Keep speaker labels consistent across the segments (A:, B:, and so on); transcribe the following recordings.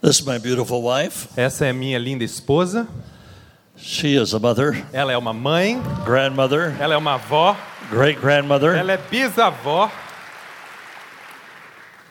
A: This is my beautiful wife.
B: Essa é a minha linda esposa.
A: She is a mother,
B: Ela é uma mãe,
A: grandmother,
B: ela é uma avó,
A: great grandmother.
B: ela é bisavó,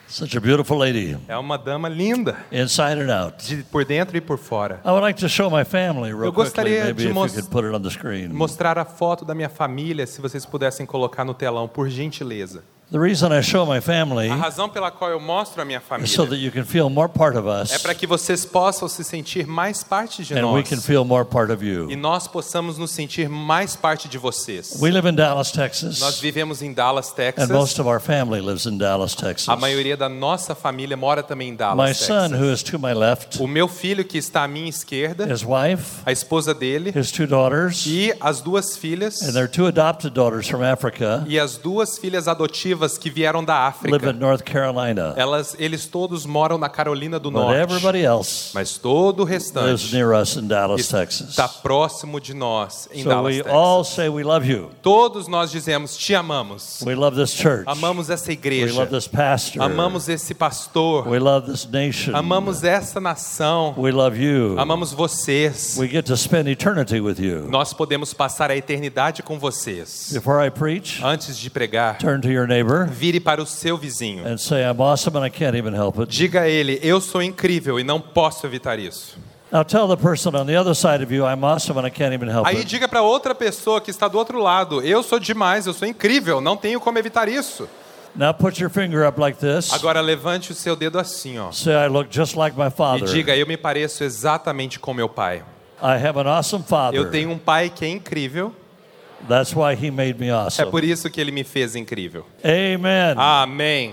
A: Such a beautiful lady,
B: é uma dama linda,
A: inside and out.
B: de por dentro e por fora.
A: I would like to show my family real
B: Eu
A: quickly.
B: gostaria
A: Maybe
B: de
A: if you
B: mos-
A: could put it on the screen.
B: Mostrar a foto da minha família, se vocês pudessem colocar no telão, por gentileza.
A: The reason I show my family
B: A razão pela qual eu mostro a minha
A: is so that
B: família
A: you can feel more part of
B: é
A: us
B: para que vocês possam se sentir mais parte de
A: and we
B: nós
A: can feel more part of
B: e
A: you.
B: nós possamos nos sentir mais parte de vocês.
A: We live in Dallas,
B: Nós
A: Texas,
B: vivemos em Dallas,
A: and
B: Texas.
A: most of our family lives in Dallas, Texas.
B: A maioria da nossa família mora também em
A: My
B: Dallas,
A: son,
B: Texas.
A: who is to my left,
B: O meu filho que está à minha esquerda,
A: his wife,
B: a esposa dele
A: his two daughters,
B: e as duas filhas
A: and their two adopted daughters from Africa
B: e as duas filhas adotivas que vieram da
A: live in
B: África.
A: North Carolina.
B: Elas, eles todos moram na Carolina do
A: But
B: Norte,
A: everybody else
B: mas todo o
A: lives
B: restante
A: near us in Dallas, Texas.
B: está próximo de nós em
A: So
B: Dallas,
A: we
B: Texas.
A: all say we love you.
B: Todos nós dizemos: te amamos.
A: We love this church.
B: Amamos essa
A: We
B: igreja.
A: love this pastor.
B: Amamos esse pastor.
A: We love this nation.
B: Amamos essa nação.
A: We love you.
B: Amamos vocês.
A: We get to spend eternity with you.
B: Nós podemos passar a eternidade com vocês.
A: Before I preach,
B: Antes de pregar,
A: turn to your neighbor
B: vire para o seu vizinho.
A: and say, I'm awesome and I can't even help it.
B: Diga a ele: Eu sou incrível e não posso evitar isso.
A: Now tell the person on the other side of you, I'm awesome and I can't even help
B: Aí
A: it.
B: diga para outra pessoa que está do outro lado: Eu sou demais, eu sou incrível, não tenho como evitar isso.
A: Now put your finger up like this.
B: Agora levante o seu dedo assim, ó.
A: Say, I look just like my
B: E
A: father.
B: diga: Eu me pareço exatamente com meu pai.
A: I have an awesome
B: Eu
A: father.
B: tenho um pai que é incrível,
A: That's why he made me
B: é
A: awesome.
B: por isso que ele me fez incrível.
A: Amen.
B: Ah. Amém.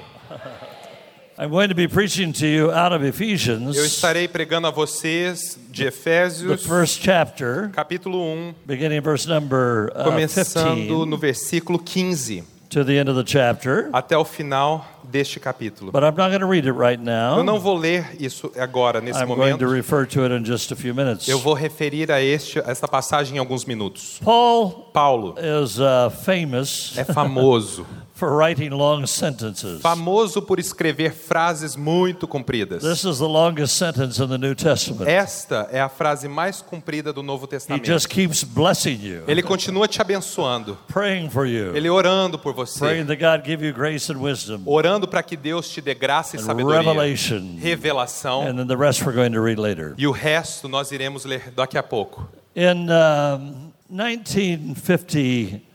A: I'm going to be preaching to you out of
B: Eu
A: Ephesians,
B: estarei pregando a vocês de
A: the
B: Efésios,
A: first chapter,
B: capítulo 1,
A: beginning verse number uh,
B: começando
A: 15
B: no versículo 15
A: to the end of the chapter.
B: até o final deste capítulo.
A: But I'm not going to read it right
B: Eu
A: now.
B: não vou ler isso agora, nesse
A: I'm going to
B: momento.
A: refer to it in just a few minutes.
B: Eu vou referir a este, a esta passagem em alguns minutos.
A: Paul
B: Paulo
A: is uh, famous
B: é famoso.
A: for writing long sentences.
B: famoso por escrever frases muito compridas.
A: This is the longest sentence in the New Testament.
B: Esta é a frase mais comprida do Novo
A: He
B: Testamento.
A: just keeps blessing you,
B: Ele continua te abençoando,
A: praying for you,
B: ele orando por você,
A: praying that God give you grace and wisdom,
B: orando para que Deus te dê graça e
A: and
B: sabedoria,
A: revelation,
B: revelação,
A: and then the rest we're going to read later.
B: e o resto nós iremos ler daqui a pouco.
A: In um, 1958,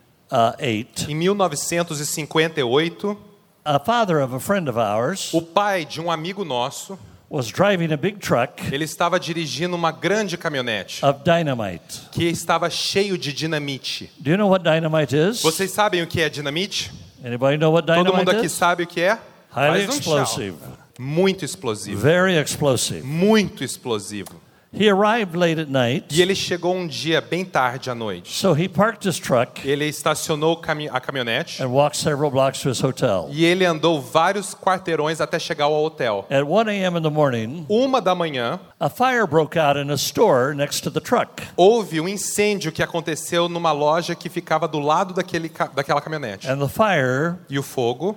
B: Em 1958,
A: a father of a friend of ours
B: o pai de um amigo nosso,
A: was driving a big truck
B: ele estava dirigindo uma grande caminhonete
A: of dynamite.
B: que estava cheio de dinamite.
A: Do you know what dynamite is?
B: Vocês sabem o que é dinamite?
A: Anybody know what
B: Todo
A: dynamite
B: mundo aqui
A: is?
B: sabe o que é?
A: Highly
B: Faz um
A: explosive,
B: tchau. Muito explosivo.
A: very explosive.
B: Muito explosivo.
A: He arrived late at night,
B: E ele chegou um dia bem tarde à noite.
A: so he parked his truck
B: Ele estacionou o cami- a caminhonete
A: and walked several blocks to his hotel.
B: e ele andou vários quarteirões até chegar ao hotel.
A: At 1 a.m. in the morning,
B: Uma da manhã,
A: a fire broke out in a store next to the truck.
B: houve um incêndio que aconteceu numa loja que ficava do lado daquele ca- daquela caminhonete.
A: And the fire
B: E o fogo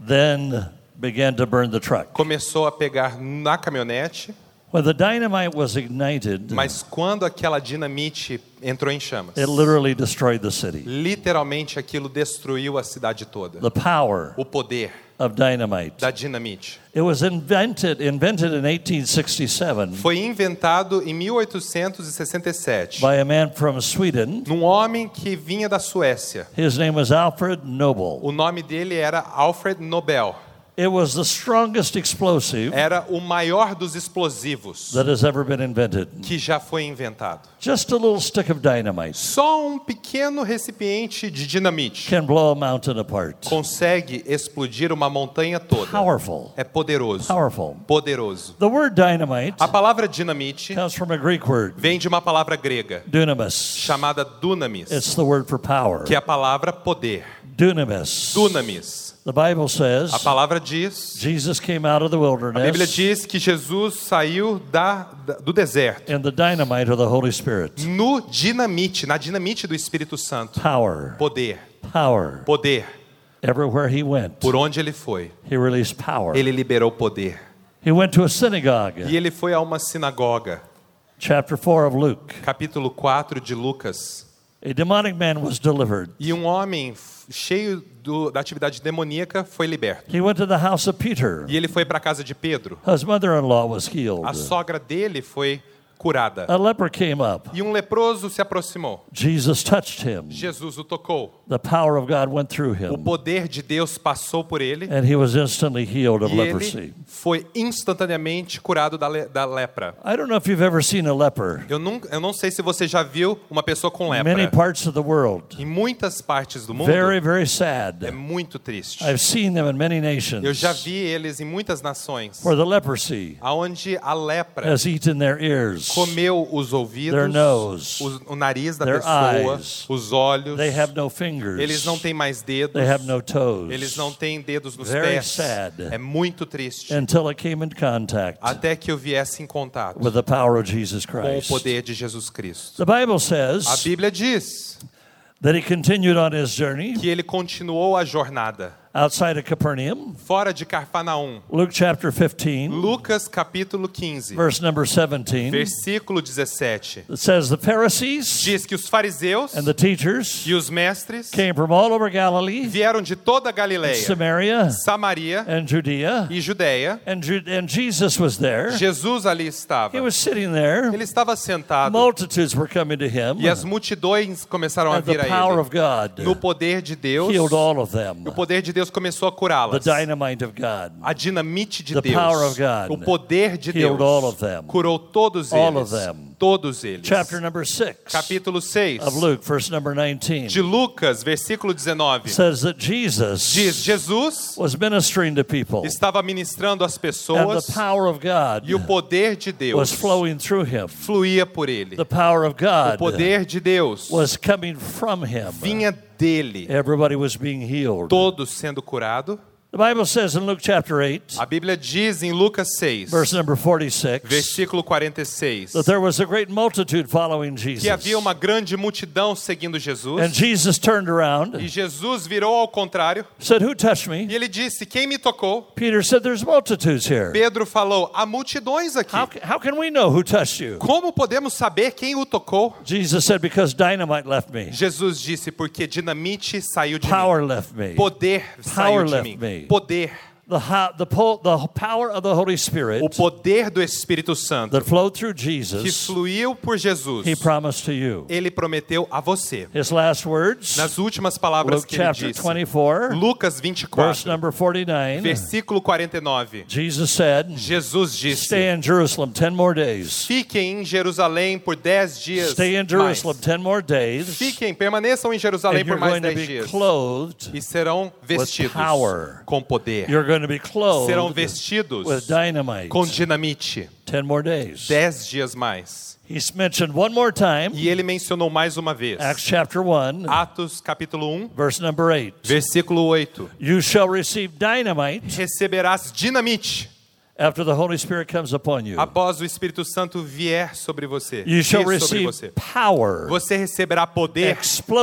A: then began to burn the truck.
B: começou a pegar na caminhonete,
A: When the dynamite was ignited,
B: mas quando aquela dinamite entrou em chamas,
A: it literally destroyed the city.
B: literalmente aquilo destruiu a cidade toda.
A: The power
B: o poder
A: of dynamite.
B: da dinamite.
A: It was invented, invented in 1867
B: Foi inventado em 1867
A: by a man from Sweden.
B: num homem que vinha da Suécia.
A: His name was Alfred Noble.
B: O nome dele era Alfred Nobel.
A: It was the strongest explosive
B: Era o maior dos explosivos
A: that has ever been invented.
B: que já foi inventado.
A: Just a little stick of dynamite
B: Só um pequeno recipiente de dinamite
A: can blow a mountain apart.
B: consegue explodir uma montanha toda.
A: Powerful.
B: É poderoso.
A: Powerful.
B: Poderoso.
A: The word dynamite
B: A palavra dinamite
A: comes from a Greek word,
B: vem de uma palavra grega
A: dunamis.
B: chamada dunamis,
A: It's the word for power.
B: que é a palavra poder.
A: Dunamis.
B: Dunamis.
A: The Bible
B: A
A: says
B: palavra diz,
A: Jesus came out of the
B: a Bíblia
A: wilderness
B: diz que Jesus saiu da, da- do deserto
A: in the dynamite of the Holy Spirit.
B: no dinamite, na dinamite do Espírito Santo.
A: Power.
B: Poder,
A: Power.
B: poder.
A: Everywhere he went,
B: Por onde ele foi,
A: he released power.
B: ele liberou poder.
A: He He went to a synagogue.
B: E ele foi a uma sinagoga.
A: Chapter 4 of Luke.
B: Capítulo 4 de Lucas.
A: A demonic man was delivered.
B: E um homem f- cheio do- da atividade demoníaca foi liberto.
A: He went to the house of Peter.
B: E ele foi para a casa de Pedro.
A: His mother-in-law was healed.
B: A sogra dele foi curada.
A: A leper came up.
B: E um leproso se aproximou.
A: Jesus touched him.
B: Jesus o tocou.
A: The power of God went through
B: O
A: him,
B: poder de Deus passou por ele
A: and he was instantly healed of
B: e
A: leprosy.
B: ele foi instantaneamente curado da, le- da lepra.
A: I don't know if you've ever seen a leper.
B: Eu não, eu não sei se você já viu uma pessoa com
A: Many
B: lepra.
A: parts of the world,
B: Em muitas partes do mundo
A: very, very
B: é
A: sad.
B: muito triste.
A: I've seen them in many
B: Eu já
A: nations
B: vi eles em muitas nações,
A: where the leprosy
B: aonde a lepra
A: has eaten their ears.
B: comeu os
A: Their
B: ouvidos,
A: nose.
B: os- o nariz da
A: Their
B: pessoa,
A: eyes.
B: os olhos.
A: They have no
B: Eles
A: fingers.
B: não têm mais dedos.
A: They have no
B: Eles
A: toes.
B: não têm dedos nos
A: Very
B: pés.
A: sad.
B: É muito triste.
A: Until I came in contact
B: Até que eu viesse em contato
A: with the power of Jesus
B: com o
A: Christ.
B: poder de Jesus Cristo.
A: The Bible
B: A
A: says
B: Bíblia diz
A: that he continued on his journey
B: que ele continuou a jornada
A: outside of Capernaum.
B: fora de Carfanaum.
A: Luke chapter 15,
B: Lucas capítulo 15,
A: verse number 17.
B: versículo 17.
A: It says the Pharisees
B: Diz que os fariseus
A: and the teachers
B: e os mestres
A: came from all over Galilee,
B: vieram de toda a Galileia,
A: Samaria,
B: Samaria
A: and Judea.
B: e Judeia.
A: And, Ju- and Jesus was there.
B: Jesus ali estava.
A: He was sitting there.
B: Ele estava sentado
A: Multitudes were coming to him.
B: e as multidões começaram a
A: And
B: vir
A: the
B: a
A: power
B: ele.
A: of God
B: No poder de Deus,
A: healed
B: o
A: all of them.
B: poder de Deus começou a
A: The
B: curá-las.
A: dynamite of God.
B: A dinamite de
A: The
B: Deus,
A: power of God
B: o poder de
A: healed
B: Deus,
A: all of them.
B: curou todos
A: All
B: eles.
A: of them.
B: Todos eles.
A: Chapter number 6
B: Capítulo 6
A: of Luke, verse number 19,
B: de Lucas, versículo 19,
A: says that Jesus
B: diz: Jesus
A: was ministering to people,
B: estava ministrando às
A: and
B: pessoas
A: the power of God
B: e o poder de
A: was
B: Deus
A: flowing through him.
B: fluía por ele.
A: The power of
B: O
A: God
B: poder de Deus
A: was coming from him.
B: vinha dele.
A: Everybody was being healed.
B: Todos sendo curados.
A: The Bible says in Luke chapter 8,
B: A Bíblia diz em Lucas 6,
A: verse number 46,
B: versículo 46,
A: that there was a great multitude following
B: que
A: Jesus.
B: havia uma grande multidão seguindo
A: And
B: Jesus.
A: Jesus turned
B: E
A: around,
B: Jesus virou ao contrário
A: said, Who touched me?
B: e ele disse: Quem me tocou?
A: Peter said, There's multitudes here.
B: Pedro falou: Há multidões aqui.
A: How, ca- how can we know who touched you?
B: Como podemos saber quem o tocou?
A: Jesus said, Because dynamite left me,
B: Jesus disse: Porque dinamite saiu de mim.
A: power left me.
B: Poder saiu de
A: left
B: mim.
A: me.
B: Poder.
A: The, ho- the, po- the power of the Holy Spirit
B: O poder do Espírito Santo
A: that flowed through
B: que
A: Jesus,
B: fluiu por Jesus,
A: he promised to you.
B: ele prometeu a você.
A: His last words,
B: Nas últimas palavras
A: Luke
B: que ele
A: chapter
B: disse,
A: 24,
B: Lucas
A: verse
B: 24,
A: number 49,
B: versículo 49,
A: Jesus said,
B: Jesus disse:
A: Stay in Jerusalem 10 more days.
B: Fiquem em Jerusalém por dez dias.
A: Stay in
B: mais.
A: Jerusalem 10 more days,
B: Fiquem, permaneçam em Jerusalém
A: and
B: por
A: you're
B: mais
A: going to
B: dez
A: be
B: dias.
A: clothed.
B: E serão vestidos
A: power.
B: com poder.
A: You're going to be
B: Serão
A: clothed
B: vestidos
A: with dynamite
B: com dinamite.
A: 10 more days.
B: Dez dias mais.
A: He's mentioned one more time,
B: E ele mencionou mais uma vez.
A: Acts chapter 1,
B: Atos capítulo 1,
A: verse number 8.
B: versículo 8.
A: You shall receive dynamite
B: Receberás dinamite
A: after the Holy Spirit comes upon you.
B: após o Espírito Santo vier sobre você.
A: You shall
B: Vir sobre
A: receive
B: você.
A: power,
B: Você receberá poder,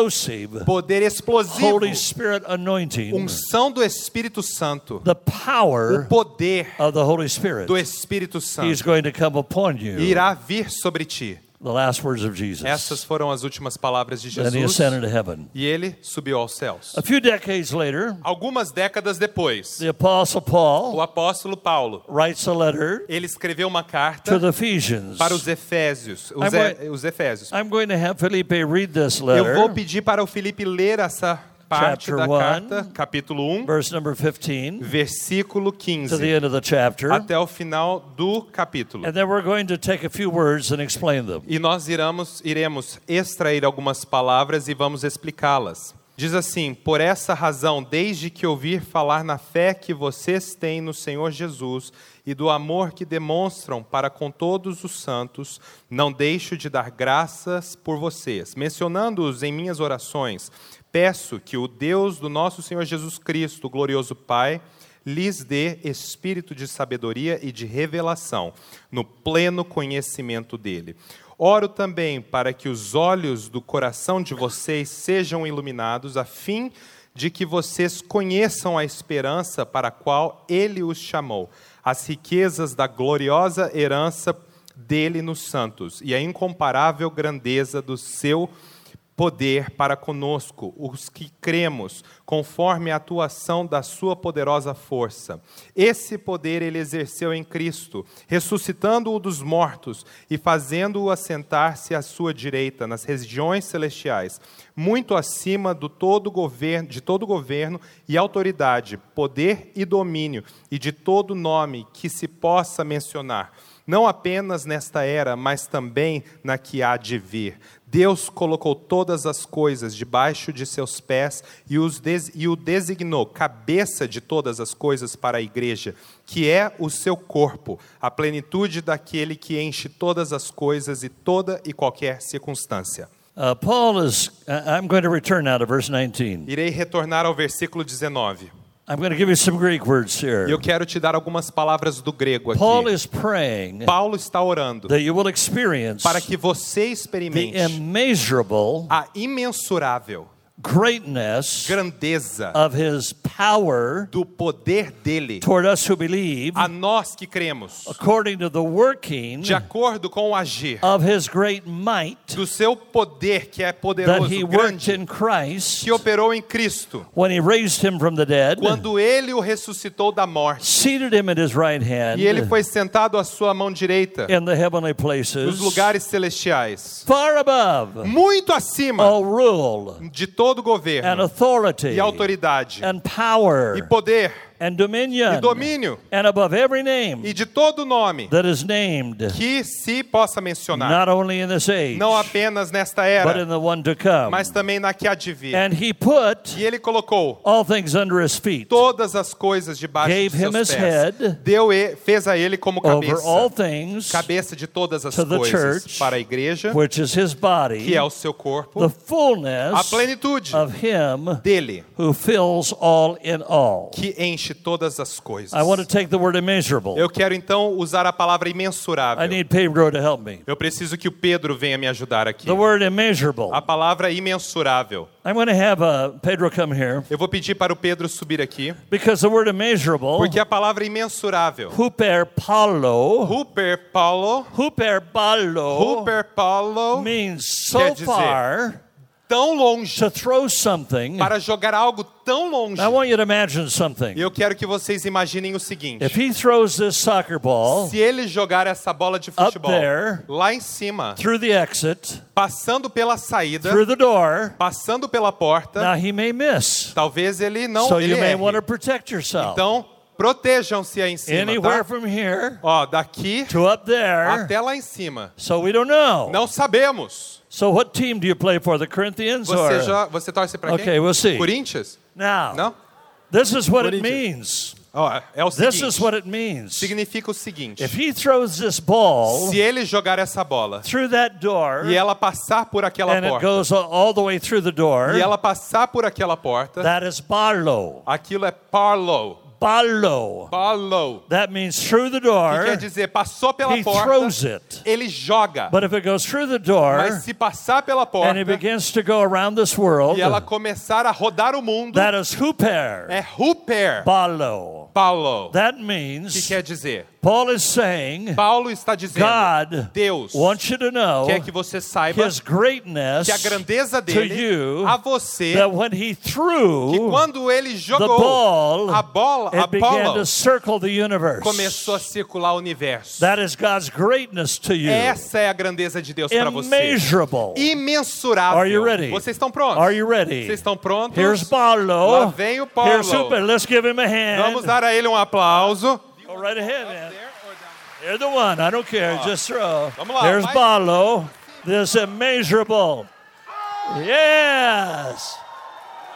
A: explosive,
B: poder explosivo,
A: Holy Spirit anointing,
B: unção do Espírito Santo,
A: the
B: Um o
A: power
B: poder
A: of the Holy Spirit.
B: do Espírito
A: He's
B: Santo
A: going to come upon you.
B: irá vir sobre ti.
A: The last words of Jesus.
B: Essas foram as últimas palavras de
A: Then he
B: Jesus.
A: ascended to heaven.
B: E ele subiu aos céus.
A: A few decades later,
B: Algumas décadas depois,
A: the Apostle
B: o
A: Paul
B: apóstolo Paulo,
A: writes a letter
B: ele escreveu uma
A: to
B: carta
A: the Ephesians.
B: para os Efésios, os,
A: Agora-
B: E- os Efésios.
A: I'm going to have Felipe read this
B: Eu vou
A: letter,
B: pedir para o Felipe ler essa parte
A: Chapter
B: da
A: one.
B: carta, capítulo 1,
A: verse number 15,
B: versículo
A: to the
B: 15,
A: end of the chapter.
B: até o final do capítulo.
A: And then we're going to take a few words and explain them.
B: E nós iramos, iremos extrair algumas palavras e vamos explicá-las. Diz assim: Por essa razão, desde que ouvir falar na fé que vocês têm no Senhor Jesus e do amor que demonstram para com todos os santos, não deixo de dar graças por vocês, mencionando-os em minhas orações. Peço que o Deus do nosso Senhor Jesus Cristo, o glorioso Pai, lhes dê espírito de sabedoria e de revelação, no pleno conhecimento dele. Oro também para que os olhos do coração de vocês sejam iluminados, a fim de que vocês conheçam a esperança para a qual ele os chamou, as riquezas da gloriosa herança dele nos santos e a incomparável grandeza do seu poder para conosco, os que cremos, conforme a atuação da sua poderosa força. Esse poder ele exerceu em Cristo, ressuscitando-o dos mortos e fazendo-o assentar-se à sua direita nas regiões celestiais, muito acima do todo governo, de todo governo e autoridade, poder e domínio e de todo nome que se possa mencionar não apenas nesta era, mas também na que há de vir. Deus colocou todas as coisas debaixo de seus pés e, os des- e o designou cabeça de todas as coisas para a igreja, que é o seu corpo, a plenitude daquele que enche todas as coisas e toda e qualquer circunstância.
A: Uh, Paul is, I- I'm going to return now to verse 19.
B: Irei retornar ao versículo 19.
A: I'm going to give you some Greek words
B: E
A: here.
B: eu quero te dar algumas palavras do grego
A: Paul
B: aqui.
A: is praying
B: Paulo está orando
A: that you will experience
B: para que você
A: the
B: experimente
A: immeasurable
B: a imensurável
A: greatness
B: grandeza
A: of his power
B: do poder dele
A: toward us who believe,
B: a nós que cremos,
A: according to the working
B: de acordo com o agir
A: of his great might
B: do seu poder que é
A: that he
B: poderoso,
A: worked
B: grande,
A: in Christ
B: que operou em Cristo,
A: when he raised him from the dead,
B: quando ele o ressuscitou da morte.
A: seated him at his right hand
B: E ele foi sentado à sua mão direita,
A: in the heavenly
B: nos
A: places,
B: lugares celestiais,
A: far above
B: muito acima
A: all rule
B: de todo
A: and
B: governo
A: authority
B: e autoridade,
A: and power
B: e poder,
A: and
B: e
A: dominion
B: domínio,
A: and above every name
B: e de todo nome
A: that is named,
B: que se possa mencionar,
A: not only in this age,
B: não apenas nesta
A: but
B: era,
A: in the one to come.
B: mas também na que há de vir.
A: And he put
B: E ele colocou
A: all things under his feet,
B: todas as coisas debaixo
A: Gave
B: de seus
A: him his
B: pés.
A: head
B: Deu e, fez a ele como
A: over
B: cabeça,
A: all things,
B: cabeça de todas as
A: to the
B: coisas
A: church,
B: para a igreja,
A: which is his body,
B: que é o seu
A: the
B: corpo, a
A: fullness
B: plenitude
A: of him
B: dele
A: who fills all in all.
B: que enche todas as coisas.
A: I want to take the word immeasurable.
B: Eu quero então usar a palavra
A: I
B: imensurável.
A: need Pedro to help me.
B: Eu preciso que o Pedro venha me ajudar aqui.
A: The word immeasurable.
B: A palavra imensurável.
A: I'm going to have uh, Pedro come here
B: Eu vou pedir para o Pedro subir aqui,
A: because the word immeasurable,
B: porque a palavra imensurável.
A: huper paulo,
B: Hooper Paulo,
A: huper balo,
B: Hooper Paulo,
A: means
B: Quer
A: so
B: dizer,
A: far
B: tão longe,
A: to throw something.
B: para jogar algo tão longe.
A: I want you to imagine something.
B: E eu quero que vocês imaginem o seguinte:
A: If he throws this soccer ball
B: se ele jogar essa bola de futebol
A: there.
B: lá em cima,
A: through the exit,
B: passando pela saída,
A: through the door,
B: passando pela porta,
A: now he may miss.
B: talvez ele não
A: So
B: ele
A: you may
B: erre.
A: want to protect yourself.
B: Então, protejam-se aí em cima,
A: Anywhere
B: tá?
A: from here
B: Ó, daqui
A: to up there.
B: até lá em cima.
A: So we don't know.
B: Não sabemos.
A: So what team do you play for? The Corinthians
B: Você
A: or
B: já, você torce para
A: Okay,
B: quem?
A: we'll see.
B: Corinthians?
A: now?
B: Não.
A: This is what it means.
B: Corinthians. Ó, é o
A: This is
B: seguinte.
A: what it means.
B: Significa o seguinte:
A: If he throws this ball
B: se ele jogar essa bola
A: through that door
B: e ela passar por aquela
A: and it
B: porta,
A: goes a- all the way through the door,
B: e ela passar por aquela porta,
A: that is barlo.
B: Aquilo é parlo.
A: Barlo.
B: Parlo.
A: That means through the
B: Que quer
A: door,
B: dizer, passou pela
A: he throws
B: porta,
A: it.
B: ele joga.
A: But if it goes through the door
B: Mas se passar pela
A: and
B: porta
A: it begins to go around this world,
B: e ela começar a rodar o mundo,
A: that is
B: é
A: hooper,
B: hooper.
A: barlo.
B: Paulo.
A: That
B: Que
A: means
B: quer dizer,
A: Paul is saying
B: Paulo está dizendo,
A: God
B: Deus
A: wants you to know
B: quer que você saiba
A: his greatness
B: que a grandeza
A: you,
B: dele a você,
A: that when he
B: que
A: threw
B: quando ele
A: the
B: jogou
A: ball,
B: a bola, a
A: it began
B: bola
A: to circle the universe.
B: começou a circular o universo.
A: That is God's greatness to you.
B: Essa é a grandeza de Deus para você.
A: Immeasurable.
B: imensurável.
A: Are you ready?
B: Vocês estão prontos?
A: Are you ready?
B: Vocês estão prontos?
A: Here's
B: Lá
A: Barlow.
B: vem o Paulo.
A: Here's Hooper. Let's give him a hand.
B: Vamos dar a ele um aplauso.
A: Go right ahead, man. You're the one. I don't care. Just throw.
B: Vamos lá,
A: There's
B: vai.
A: Barlow. This immeasurable. Yes.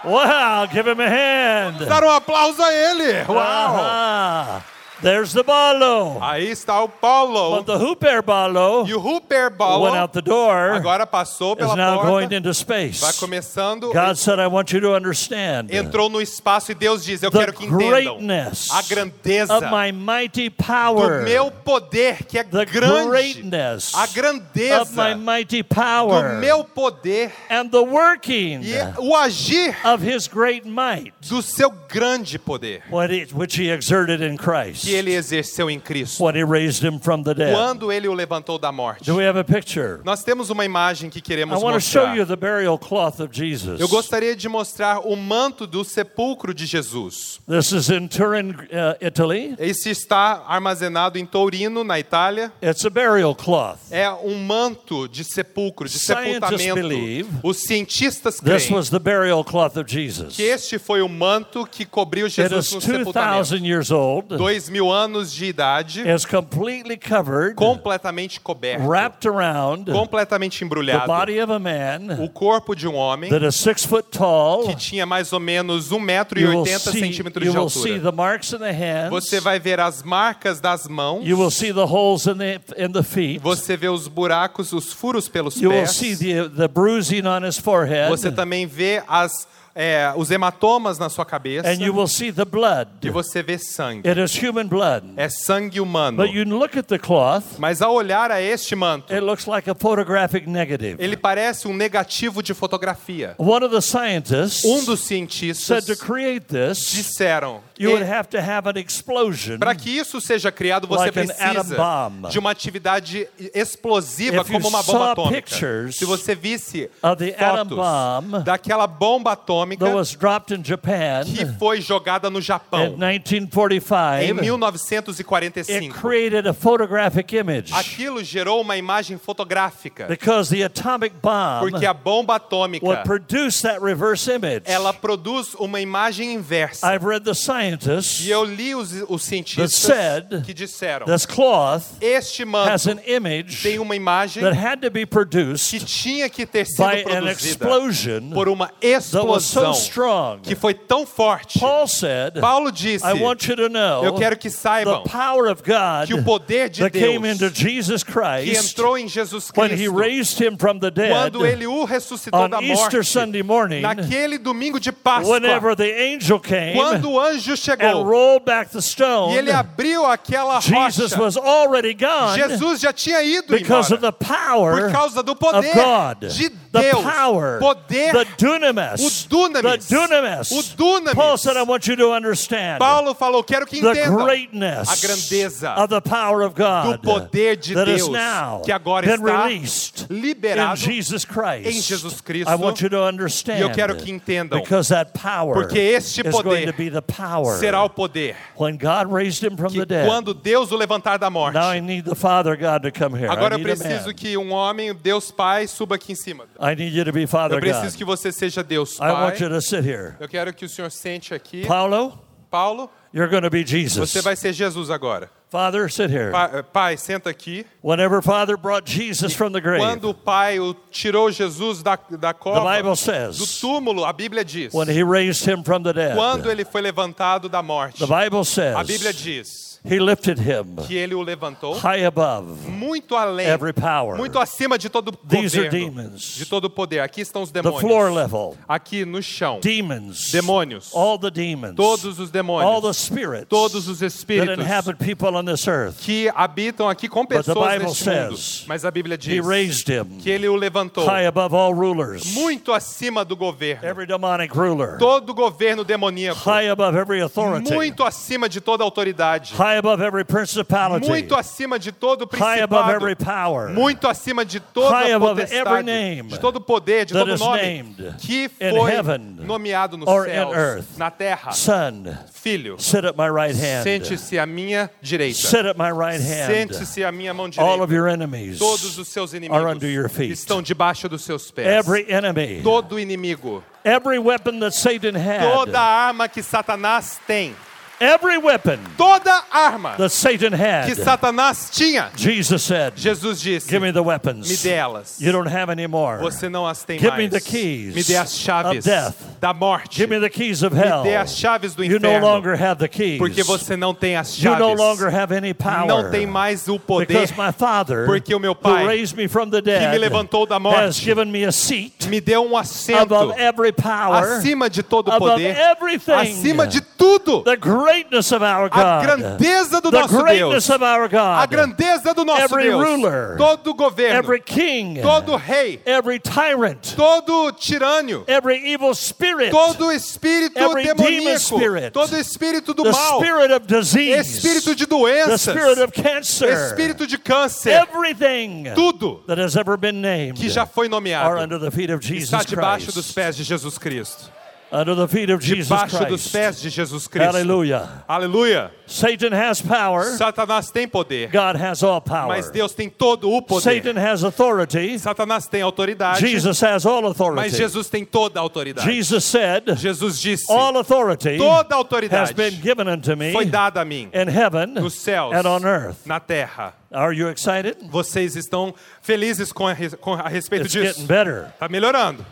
A: Wow. Give him a hand.
B: Dar um aplauso a ele. Uau!
A: Uh-huh. There's the Barlow.
B: Aí está o
A: But
B: Paulo
A: the Hooper Barlow
B: e o Hooper
A: went
B: Ball
A: out the door.
B: agora passou
A: is
B: pela
A: now going
B: porta,
A: into space.
B: vai começando,
A: God said, I want you to understand
B: entrou no espaço e Deus diz: Eu
A: the
B: quero que entendam
A: greatness
B: a grandeza
A: of my mighty
B: do
A: power.
B: meu poder que é
A: the
B: grande,
A: greatness
B: a
A: of my
B: grandeza
A: mighty
B: do
A: power
B: meu poder
A: and the working
B: e o agir
A: of his great might,
B: do seu grande poder.
A: what it- which he exerted in Christ.
B: que ele exerceu em Cristo,
A: when he raised him from the dead.
B: quando ele o levantou da morte.
A: Do we have a picture?
B: Nós temos uma imagem que
A: I
B: queremos
A: want to show
B: mostrar.
A: you the burial cloth of Jesus.
B: Eu gostaria de mostrar o manto do sepulcro de Jesus.
A: This is in Turin, uh, Italy.
B: Esse está armazenado em Torino, na Itália.
A: It's a burial cloth.
B: É um manto de sepulcro, de
A: Scientists believe
B: sepultamento. Os cientistas
A: This
B: creem
A: was the burial cloth of Jesus.
B: que este foi o manto que cobriu
A: It
B: Jesus
A: is
B: no sepultamento.
A: 2,000 years old.
B: Dois mil anos de idade,
A: It's completely covered,
B: completamente coberto,
A: wrapped around the
B: completamente embrulhado.
A: body of a man
B: O corpo de um homem
A: that is six foot tall.
B: que tinha mais ou menos 1 metro e
A: You will
B: 80
A: see,
B: centímetros
A: you
B: de
A: will see
B: altura.
A: the marks in the hands.
B: Você vai ver as marcas das mãos,
A: You will see the holes in the in the feet.
B: você vê os buracos, os furos pelos
A: You will see
B: pés,
A: the the bruising on his forehead.
B: você também vê as, é, os hematomas na sua cabeça
A: And you will see the blood.
B: e você vê sangue.
A: It is human blood.
B: É sangue humano.
A: But you look at the cloth,
B: Mas ao olhar a este manto,
A: it looks like a photographic negative.
B: ele parece um negativo de fotografia.
A: One of the scientists
B: Um dos
A: said to
B: cientistas
A: create this,
B: disseram
A: you would have to have an explosion
B: para que isso seja criado, você
A: Like an
B: precisa
A: atom bomb.
B: de uma atividade explosiva,
A: If you
B: como uma
A: saw
B: bomba atômica.
A: pictures
B: Se você visse
A: of the atom
B: fotos
A: bomb
B: daquela bomba atômica
A: that was dropped in Japan
B: que foi jogada no
A: in
B: Japão em
A: 1945, it
B: 1945,
A: created a photographic image
B: aquilo gerou uma imagem fotográfica,
A: because the atomic bomb
B: porque a bomba
A: would
B: atômica
A: produce that reverse image.
B: ela produz uma imagem inversa.
A: I've read the scientists.
B: E eu li os, os cientistas
A: said
B: que disseram:
A: This cloth
B: este
A: has
B: manto
A: an image
B: tem uma imagem
A: that had to be
B: que
A: produced
B: tinha que ter sido
A: by an
B: produzida
A: explosion
B: por uma
A: that was so
B: explosão
A: strong.
B: que foi tão forte.
A: Paul said,
B: Paulo disse:
A: I want you to know
B: Eu quero que
A: the
B: saibam
A: power of God
B: que o poder de
A: that came into
B: Deus
A: Jesus
B: que
A: Christ
B: entrou em Jesus
A: when he
B: Cristo
A: raised him from the dead
B: quando ele o ressuscitou
A: on
B: da
A: Easter
B: morte
A: Sunday morning,
B: naquele domingo de Páscoa,
A: whenever the angel came
B: quando o anjo
A: and
B: chegou
A: rolled back the
B: e ele
A: stone,
B: abriu aquela
A: Jesus
B: rocha,
A: was already gone
B: Jesus já tinha ido
A: because of
B: embora
A: the power
B: por causa do
A: of
B: poder
A: God,
B: de
A: the
B: Deus,
A: power,
B: poder
A: the dunamis,
B: o dunamis,
A: the dunamis.
B: o dunamis.
A: Paul said, "I want you to understand
B: Paulo falou, quero que
A: the
B: entendam
A: greatness
B: a grandeza
A: of the power of
B: do
A: God
B: poder de
A: that has
B: Deus
A: now
B: que agora
A: been
B: está
A: released in
B: liberado
A: Jesus Christ."
B: em Jesus Cristo.
A: I want you to understand
B: E eu quero que entendam,
A: because that power
B: porque este
A: is going
B: poder
A: to be the power
B: será o poder
A: when God raised him from
B: que
A: the dead.
B: quando Deus o levantar da morte.
A: Now I need the Father God to come here.
B: Agora
A: I
B: eu
A: need a man.
B: preciso que um homem, Deus Pai, suba aqui em cima.
A: I need you to be
B: Eu
A: Father God.
B: preciso que você seja Deus
A: I want you
B: Pai.
A: to sit here.
B: Eu quero que o senhor sente aqui.
A: Paulo,
B: Paulo,
A: you're going to be Jesus.
B: você vai ser Jesus agora.
A: Father, sit here.
B: Pa- eh, Pai, senta aqui.
A: Whenever Father brought Jesus from the grave,
B: Quando o Pai o tirou Jesus da, da
A: the
B: cova,
A: Bible
B: do
A: says,
B: túmulo, a Bíblia diz,
A: when he raised him from the dead,
B: quando ele foi levantado da morte,
A: the Bible
B: a Bíblia
A: says
B: diz
A: he lifted him
B: que ele o levantou
A: high above
B: muito além,
A: every power,
B: muito acima de todo o
A: These are
B: governo,
A: demons.
B: de todo o poder. Aqui estão os
A: the floor
B: demônios.
A: level,
B: Aqui no chão,
A: demons,
B: demônios,
A: all the demons,
B: todos os
A: all the
B: demônios,
A: spirits
B: todos os
A: that
B: espíritos
A: inhabit people on this earth.
B: que habitam aqui com
A: the
B: pessoas
A: Bible
B: neste mundo.
A: says
B: Mas a Bíblia diz
A: He raised him
B: que ele o levantou
A: high above all rulers,
B: muito acima do governo,
A: every demonic ruler,
B: todo o governo demoníaco,
A: high above every authority,
B: muito acima de toda autoridade,
A: high above every principality,
B: muito acima de todo
A: high above every
B: principado,
A: power
B: muito acima de toda
A: High above every
B: potestade,
A: name
B: de todo poder, de
A: that
B: todo
A: is
B: nome
A: named
B: que
A: in
B: foi
A: heaven
B: nomeado nos
A: or in
B: céus,
A: earth.
B: na terra.
A: Son,
B: Filho,
A: sit at my right hand.
B: sente-se à minha direita.
A: Sit at my right hand.
B: Sente-se à minha mão
A: All of
B: direita.
A: your enemies,
B: Todos os seus
A: are under your
B: inimigos
A: feet.
B: estão debaixo dos seus pés.
A: every enemy,
B: Todo inimigo,
A: every weapon that Satan
B: toda
A: had,
B: arma que Satanás tem,
A: every weapon
B: toda arma
A: that Satan
B: que
A: had,
B: Satanás tinha,
A: Jesus said,
B: Jesus disse:
A: Give me the weapons.
B: me dê elas.
A: You don't have any more.
B: Você não as tem
A: Give me
B: mais.
A: the keys
B: me dê as chaves
A: of death.
B: da morte.
A: Give me the keys of hell.
B: dê as chaves do
A: You no
B: inferno.
A: longer have the keys.
B: Porque você não tem as
A: You
B: chaves.
A: no longer have any power.
B: Não tem mais o poder.
A: Because my father,
B: Porque o meu pai,
A: who raised me from the dead,
B: me levantou da morte,
A: has given me a seat
B: Me deu um assento
A: above every power,
B: acima de todo
A: above
B: poder,
A: everything
B: acima de tudo.
A: the greatness of our
B: A
A: God.
B: grandeza do
A: the
B: nosso
A: greatness
B: Deus.
A: of our
B: A
A: God.
B: grandeza do nosso
A: Every
B: Deus.
A: ruler.
B: Todo governo.
A: Every king,
B: Todo rei.
A: every tyrant,
B: Todo tirânio.
A: every evil spirit,
B: Todo espírito
A: Every demon
B: demoníaco.
A: spirit.
B: Todo espírito do
A: the
B: mal.
A: spirit of disease,
B: Espírito de
A: the
B: doenças.
A: spirit of cancer,
B: Espírito de câncer.
A: everything
B: Tudo
A: that has ever been named
B: que já foi
A: are
B: nomeado
A: under the feet of
B: está
A: Jesus
B: debaixo dos
A: Christ.
B: pés de Jesus Cristo.
A: Under the feet of Jesus
B: Debaixo dos
A: Christ.
B: pés de Jesus Cristo.
A: Hallelujah.
B: Aleluia.
A: Satan has power.
B: Satanás tem poder,
A: God has all power.
B: mas Deus tem todo o poder.
A: Satan has authority.
B: Satanás tem autoridade,
A: Jesus has all
B: mas
A: authority.
B: Jesus tem toda a autoridade.
A: Jesus said,
B: Jesus disse:
A: All authority
B: toda a
A: has
B: autoridade
A: been given unto me
B: foi dada a mim,
A: in heaven
B: nos céus,
A: and on earth.
B: na terra.
A: Are you excited?
B: Vocês estão felizes com a, res- com a respeito
A: It's
B: disso?
A: getting better.
B: Está melhorando,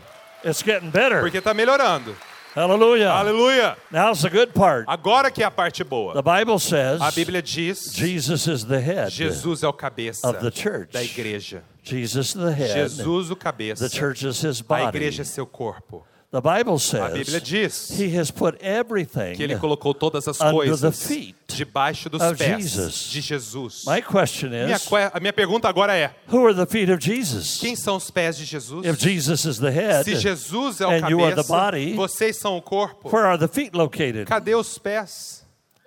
A: It's getting better.
B: porque está melhorando.
A: Hallelujah.
B: Aleluia!
A: Now's the good part.
B: Agora que é a parte boa.
A: The Bible says
B: A Bíblia diz:
A: Jesus is the head.
B: Jesus é o cabeça
A: Of the church.
B: da igreja.
A: Jesus is the head.
B: Jesus o
A: The
B: cabeça.
A: church is his
B: A
A: body.
B: igreja é seu corpo.
A: The Bible
B: A Bíblia
A: says
B: diz
A: he has put
B: que ele
A: everything.
B: colocou todas as
A: Under
B: coisas
A: the feet
B: debaixo dos
A: of
B: pés
A: Jesus.
B: de Jesus.
A: My question
B: Minha,
A: is,
B: que- a minha pergunta agora é:
A: who are the feet of Jesus?
B: quem são os pés de Jesus?
A: If Jesus is the head,
B: Se Jesus é o
A: and you are the
B: cabeça,
A: body,
B: vocês são o corpo.
A: where are the feet located?
B: Cadê os pés?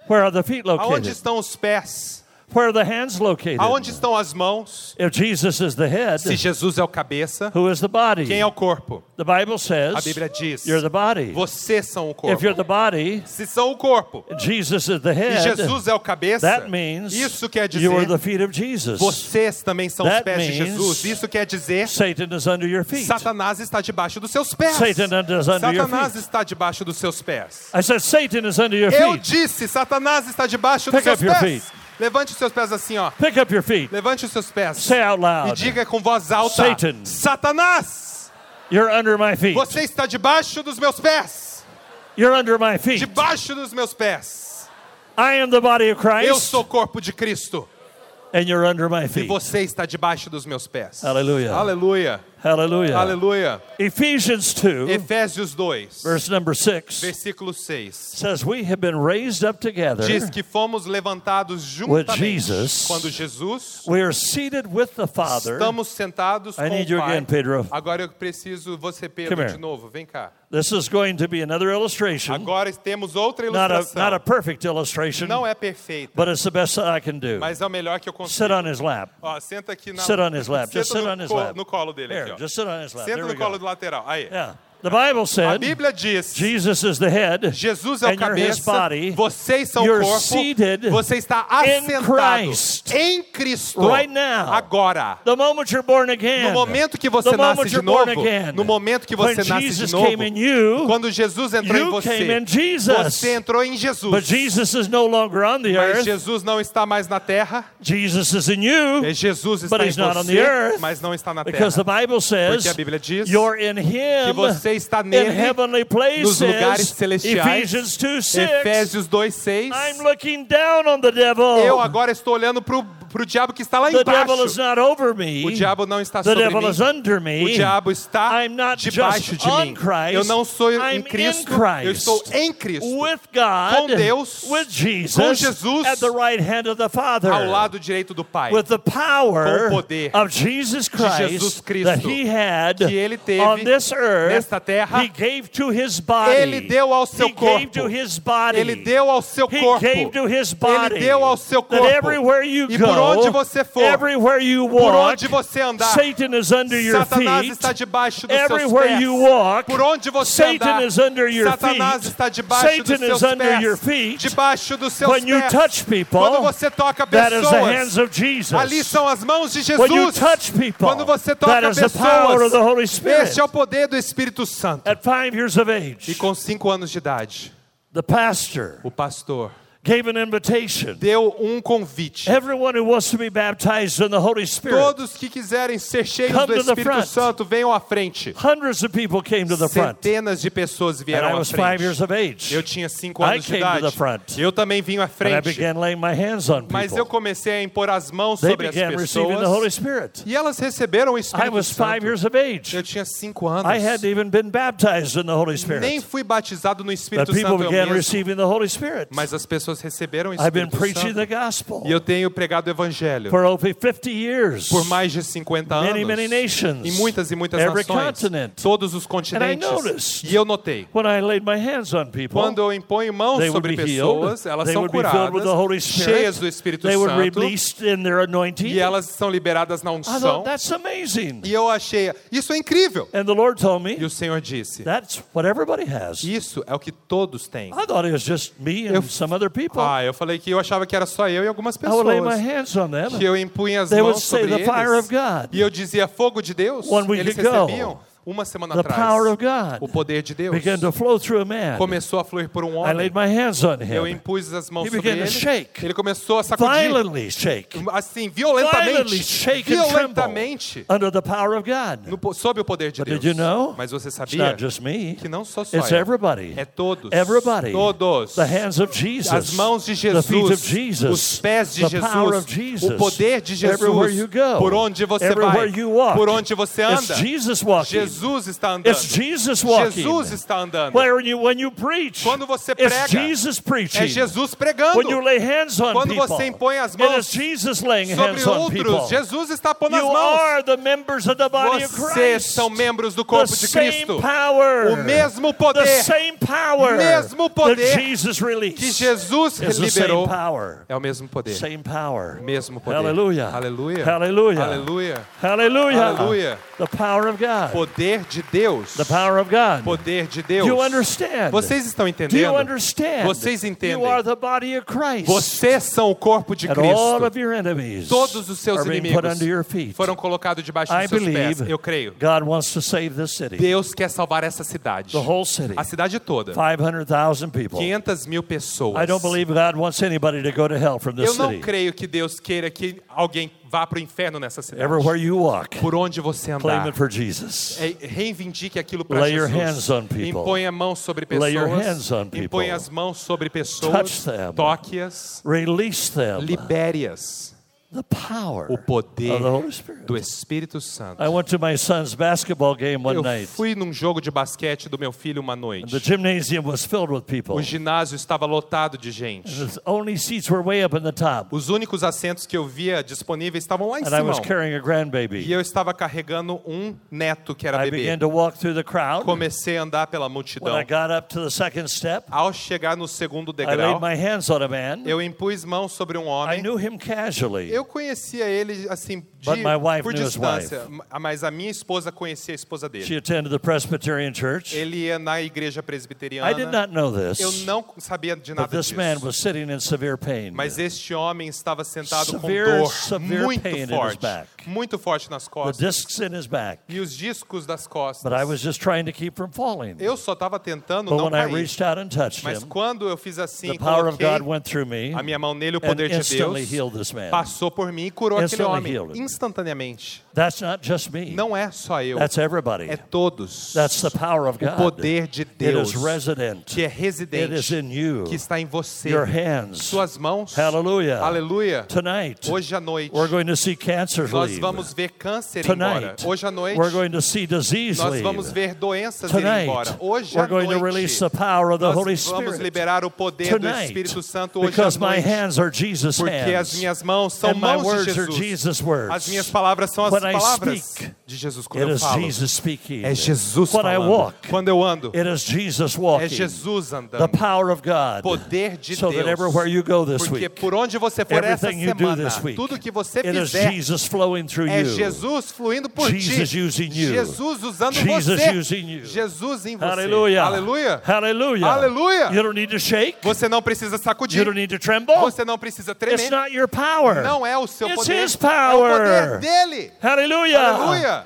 A: Where are the feet
B: Aonde
A: located?
B: estão os pés?
A: Where are the hands located?
B: Aonde estão as mãos?
A: If é Jesus is the head,
B: Se Jesus é o cabeça,
A: who is the body?
B: quem é o corpo?
A: The Bible
B: A
A: says
B: Bíblia diz:
A: you're the body.
B: vocês são o
A: If you're
B: corpo.
A: the body,
B: Se são o corpo
A: Jesus is the
B: e
A: head.
B: Jesus é o cabeça,
A: That means
B: isso quer
A: you are the
B: dizer
A: feet of Jesus.
B: Vocês também são os
A: That
B: pés de
A: means
B: Jesus. Isso quer dizer
A: Satan is under your feet.
B: Satanás está debaixo dos seus pés.
A: Satan is under your
B: Satanás
A: feet.
B: está debaixo dos seus pés.
A: I said Satan is under your
B: Eu
A: feet.
B: disse, Satanás está debaixo dos
A: Pick
B: seus
A: up your
B: pés. Levante os seus pés assim, ó.
A: Pick up your feet.
B: Levante os seus pés.
A: Say out
B: E
A: loud,
B: diga com voz alta:
A: Satan.
B: Satanás,
A: you're under my feet.
B: você está debaixo dos meus pés.
A: You're under my feet.
B: Debaixo dos meus pés.
A: I am the body of
B: Eu
A: Christ,
B: sou o corpo de Cristo
A: and you're under my
B: e
A: feet.
B: você está debaixo dos meus pés.
A: Aleluia.
B: Aleluia.
A: Hallelujah.
B: Aleluia.
A: Ephesians 2,
B: Efésios 2,
A: verse number 6,
B: versículo 6.
A: says, We have been raised up together.
B: diz que fomos levantados juntamente
A: Jesus,
B: quando Jesus
A: We are seated with the Father.
B: estamos sentados
A: I
B: com
A: need
B: o
A: you
B: Pai.
A: again, Pedro.
B: Agora eu preciso você
A: Come
B: Pedro de
A: here.
B: novo, vem cá.
A: This is going to be another illustration.
B: Agora temos outra
A: Not a,
B: ilustração.
A: not a perfect illustration,
B: Não é perfeita,
A: but it's the best that I can do.
B: mas é o melhor que eu
A: Sit
B: consigo.
A: on his lap.
B: Ó, senta aqui na
A: Sit on his lap.
B: Senta
A: Just sit
B: no,
A: on his
B: co-
A: lap.
B: no colo dele
A: Here,
B: aqui, ó.
A: just sit on his lap.
B: Senta
A: There we
B: no colo
A: go.
B: do lateral. Aí.
A: Yeah. The Bible
B: A
A: said
B: Bíblia diz
A: Jesus is the head.
B: Jesus é o
A: and you're his
B: cabeça,
A: body.
B: vocês são o
A: You're
B: corpo,
A: seated
B: você está
A: in
B: assentado
A: Christ.
B: em Cristo
A: Right now.
B: agora.
A: The moment you're born again.
B: No momento que
A: the
B: você nasce
A: moment
B: de
A: you're
B: novo,
A: born again.
B: no momento que
A: when
B: você nasce
A: Jesus
B: de novo,
A: came in you,
B: quando Jesus entrou em
A: Uh. you came
B: você,
A: in Jesus.
B: você entrou em
A: but
B: Jesus.
A: Jesus is no longer on the
B: Mas
A: earth.
B: Jesus não está mais na terra,
A: Jesus is in you.
B: e Jesus está
A: But
B: em
A: he's not on
B: você,
A: the earth,
B: mas não está na terra.
A: Because the Bible says
B: Porque a Bíblia diz
A: you're in
B: que
A: Him
B: você está
A: in
B: nele,
A: heavenly places.
B: nos lugares celestiais.
A: Ephesians 2 6.
B: Efésios 2:6.
A: I'm looking down on the devil.
B: Eu agora estou olhando para o diabo que está lá
A: the devil is
B: embaixo.
A: not over me.
B: O diabo não está
A: the
B: sobre
A: devil
B: mim.
A: is under me.
B: O diabo está
A: I'm not
B: debaixo
A: just
B: de
A: on
B: mim.
A: Christ.
B: Eu não sou
A: I'm
B: em
A: in
B: Cristo, eu
A: Christ.
B: estou em Cristo.
A: With God,
B: Com Deus,
A: with Jesus,
B: com Jesus,
A: at the right hand of the Father,
B: ao lado direito do Pai.
A: with the power
B: com o poder
A: of Jesus Christ
B: Jesus Cristo,
A: that He had
B: que ele teve
A: on this earth,
B: nesta terra.
A: He gave to His body.
B: Ele deu ao seu
A: he
B: corpo.
A: gave to His body.
B: Ele deu ao seu
A: He
B: corpo.
A: gave to his body.
B: Ele deu ao seu corpo.
A: That everywhere you
B: E
A: go,
B: por onde você for,
A: everywhere you
B: Por
A: walk,
B: onde você andar,
A: Satan is under your
B: Satanás
A: feet.
B: está debaixo dos seus
A: Everywhere
B: pés.
A: you walk,
B: Por onde você
A: Satan
B: andar,
A: is under your
B: Satanás
A: feet.
B: está debaixo dos
A: Satan
B: seus
A: is under
B: pés.
A: your feet.
B: Debaixo dos seus
A: when you
B: pés.
A: touch people,
B: Quando você toca
A: that is the hands
B: pessoas,
A: of Jesus.
B: ali são as mãos de Jesus.
A: When you touch people,
B: Quando você
A: that
B: toca
A: is the power of the Holy
B: pessoas,
A: Spirit.
B: este é o poder do Espírito Santo.
A: At five years of
B: E
A: age,
B: com cinco anos de idade,
A: the pastor
B: o pastor
A: gave an invitation.
B: deu um convite.
A: Everyone who wants to be baptized in the Holy Spirit,
B: Todos que quiserem ser cheios
A: Come
B: do
A: to the
B: Espírito
A: front.
B: Santo, venham à frente.
A: hundreds of people came to the front.
B: Centenas de pessoas
A: And I
B: vieram à
A: was five
B: frente.
A: years of age.
B: Eu tinha cinco
A: I
B: anos de
A: came to
B: idade.
A: the front.
B: Eu também vim
A: And
B: à
A: I
B: frente.
A: began laying my hands on
B: Mas eu
A: people.
B: comecei a impor as mãos
A: They
B: sobre as
A: began receiving the Holy
B: pessoas.
A: Spirit.
B: E elas receberam o
A: I
B: Espírito
A: was five
B: Santo.
A: years of age.
B: Eu tinha cinco anos.
A: I hadn't even been baptized in the Holy
B: Nem
A: Spirit.
B: fui batizado no
A: But
B: Espírito
A: people
B: Santo eu
A: began
B: mesmo.
A: receiving the Holy Spirit.
B: Mas as pessoas receberam o
A: I've been
B: Espírito
A: preaching the
B: Santo.
A: gospel
B: E eu tenho pregado o Evangelho
A: for over 50 years.
B: por mais de 50 anos.
A: Many, many nations.
B: Em muitas e muitas
A: Every
B: nações.
A: continent.
B: Todos os continentes.
A: noticed.
B: E eu notei.
A: When I laid my hands on people,
B: Quando eu imponho mãos
A: they would
B: sobre
A: be
B: pessoas,
A: healed.
B: elas
A: They
B: são
A: would be filled with the Holy
B: curadas, cheias do
A: Spirit.
B: Espírito
A: They were
B: Santo,
A: released in their anointing.
B: e elas são liberadas na
A: I
B: unção.
A: thought, that's amazing.
B: E eu achei, isso é incrível.
A: And the Lord told
B: E
A: me,
B: o Senhor disse,
A: that's what everybody has.
B: isso é o que todos têm.
A: I thought it was just me and
B: Eu-
A: some other people.
B: Ah, eu falei que eu achava que era só eu e algumas
A: I would lay my
B: pessoas.
A: hands on them.
B: Que eu impunha as
A: They would
B: mãos
A: say
B: sobre
A: the fire
B: eles.
A: of God,
B: E eu dizia fogo de Deus.
A: One week
B: Eles
A: ago,
B: recebiam uma semana
A: the power
B: atrás.
A: of God
B: O poder de Deus
A: began to flow through a man.
B: começou a fluir por um
A: I
B: homem.
A: laid my hands on
B: Eu
A: him,
B: impus as mãos
A: He
B: sobre
A: began to
B: ele.
A: shake.
B: Ele começou a sacudir.
A: violently shake
B: Assim,
A: Violently
B: violentamente.
A: shake and tremble.
B: Violentamente.
A: under the power of God.
B: no po- sob o poder de
A: But did
B: Deus.
A: you know?
B: Mas você
A: It's
B: sabia
A: not just me.
B: que não só só
A: It's
B: eu.
A: everybody.
B: É todos.
A: Everybody.
B: Todos.
A: The hands of Jesus.
B: As mãos de
A: The feet of
B: Jesus,
A: Jesus.
B: os pés de
A: the Power of
B: Jesus,
A: Jesus.
B: o poder de Jesus,
A: Everywhere you go.
B: por onde você
A: Everywhere
B: vai,
A: you walk.
B: por onde você anda.
A: It's Jesus walking.
B: Jesus está andando.
A: It's Jesus walking.
B: Jesus está andando.
A: Where you, when you preach,
B: Quando você prega,
A: it's Jesus preaching.
B: É Jesus pregando
A: When you lay hands on
B: Quando
A: people,
B: você impõe as
A: it
B: mãos
A: is Jesus laying
B: sobre
A: hands on people.
B: outros. Jesus está pondo as
A: you
B: mãos.
A: are the members of the body of
B: Vocês
A: Christ.
B: são membros do
A: the
B: corpo de
A: same
B: Cristo.
A: power.
B: O mesmo
A: the
B: poder
A: same power.
B: mesmo poder
A: that Jesus released.
B: que
A: is
B: Jesus
A: the same
B: liberou
A: power.
B: é o mesmo poder.
A: Same power.
B: Mesmo poder.
A: Hallelujah.
B: Aleluia.
A: Hallelujah.
B: Aleluia.
A: Hallelujah.
B: Hallelujah.
A: The power of God.
B: Poder de Deus.
A: the power of God.
B: Poder de
A: Do
B: Deus.
A: you understand?
B: Vocês estão
A: Do you
B: entendendo?
A: understand?
B: Vocês entendem?
A: You are the body of Christ.
B: Vocês são o corpo de
A: and all
B: Cristo.
A: of your enemies
B: Todos os seus
A: are being put
B: inimigos
A: under your feet.
B: foram colocados debaixo
A: I
B: dos seus pés.
A: believe
B: Eu creio.
A: God wants to save this city,
B: Deus quer salvar essa cidade.
A: the whole city,
B: A cidade toda.
A: 500,000 people.
B: 500 mil pessoas.
A: I don't believe God wants anybody to go to hell from
B: Eu
A: this
B: não
A: city.
B: creio que Deus queira que alguém vá para o inferno nessa cidade.
A: Everywhere you walk,
B: Por onde você
A: claim
B: andar.
A: it for Jesus.
B: É, reivindique aquilo para
A: Lay
B: Jesus.
A: your hands on people.
B: Impõe a mão sobre pessoas.
A: Lay your hands on people.
B: Impõe as mãos sobre
A: Touch
B: pessoas.
A: them.
B: Toque-as.
A: Release them.
B: Libere-as.
A: the power
B: O poder
A: of the Holy Spirit.
B: do Espírito Santo.
A: I went to my son's basketball game one
B: Eu
A: night.
B: fui num jogo de basquete do meu filho uma
A: The
B: noite.
A: gymnasium was filled with people.
B: O ginásio estava lotado de gente.
A: The only seats were way up in the top.
B: Os únicos assentos que eu via disponíveis estavam lá em
A: And I was
B: cima.
A: carrying a
B: E
A: grandbaby.
B: eu estava carregando um neto que era
A: I
B: bebê.
A: began to walk through the crowd.
B: Comecei a andar pela
A: When I
B: multidão.
A: got up to the second step,
B: Ao chegar no segundo
A: I laid
B: degrau,
A: my hands on a man.
B: eu impus mão sobre um
A: I
B: homem.
A: knew him casually.
B: Eu conhecia ele assim de,
A: But my wife
B: por
A: knew his
B: distância, ma- mas a minha esposa conhecia a esposa
A: She
B: dele.
A: attended the Presbyterian church.
B: Ele ia na igreja
A: I did
B: presbiteriana.
A: not know
B: Eu
A: this,
B: não sabia de
A: but
B: nada
A: this man
B: disso.
A: was sitting in severe pain.
B: Mas este homem estava sentado com
A: Severe,
B: dor
A: severe pain in
B: muito
A: his back.
B: forte, muito forte nas
A: The
B: costas
A: discs in his back.
B: e os discos das
A: But I
B: costas.
A: was just trying to keep from falling.
B: Eu só estava tentando
A: But
B: não
A: when I
B: cair.
A: reached out and touched
B: Mas
A: him,
B: quando eu fiz
A: the
B: assim,
A: power of God
B: coloquei
A: went through me
B: a minha mão nele, o
A: and
B: poder de
A: instantly
B: Deus
A: healed this man.
B: passou por mim e curou aquele
A: Instantly
B: homem
A: healed him.
B: instantaneamente.
A: That's not just me.
B: Não é só eu,
A: That's everybody.
B: é todos.
A: That's the power of
B: O
A: God.
B: poder de
A: It is
B: Deus
A: resident.
B: que é
A: It is
B: residente,
A: in you.
B: que está em você,
A: Your hands.
B: suas mãos.
A: Hallelujah.
B: Aleluia.
A: Tonight,
B: Hoje à noite,
A: we're going to see cancer
B: nós
A: leave.
B: vamos ver câncer ir embora.
A: Tonight,
B: Hoje à noite,
A: we're going to see disease
B: nós vamos
A: leave.
B: ver doenças ir embora.
A: Tonight,
B: Hoje
A: we're
B: à
A: going to release the
B: noite,
A: power of the Holy
B: nós vamos
A: Spirit.
B: liberar o poder do
A: Tonight,
B: Espírito Santo hoje à
A: because my
B: noite.
A: hands are Jesus'
B: Porque as
A: hands
B: minhas mãos são
A: and my
B: mãos de
A: words are
B: Jesus.
A: Jesus'
B: As minhas
A: words.
B: palavras são as
A: When I
B: palavras
A: speak,
B: de Jesus quando
A: It
B: eu
A: is
B: falo.
A: Jesus speaking.
B: É Jesus
A: When I
B: falando.
A: walk,
B: Quando eu ando,
A: it is Jesus
B: é
A: walking.
B: Jesus
A: The
B: andando.
A: power of God.
B: Poder de
A: So that
B: Deus.
A: everywhere you go this
B: Porque
A: week,
B: por onde você for essa
A: everything you do
B: semana,
A: this week,
B: tudo que você
A: it is
B: fizer
A: Jesus flowing through
B: é
A: you.
B: Jesus fluindo por
A: Jesus
B: ti.
A: using you.
B: Jesus usando
A: Jesus
B: você.
A: using you.
B: Jesus em você.
A: Hallelujah.
B: Aleluia.
A: Hallelujah.
B: Aleluia.
A: You don't need to shake.
B: Você não precisa
A: You don't
B: sacudir.
A: need to tremble.
B: Você não precisa
A: It's
B: tremer.
A: not your power.
B: Não é o seu
A: It's
B: poder.
A: his
B: É o poder
A: power.
B: dele.
A: Hallelujah.
B: Aleluia.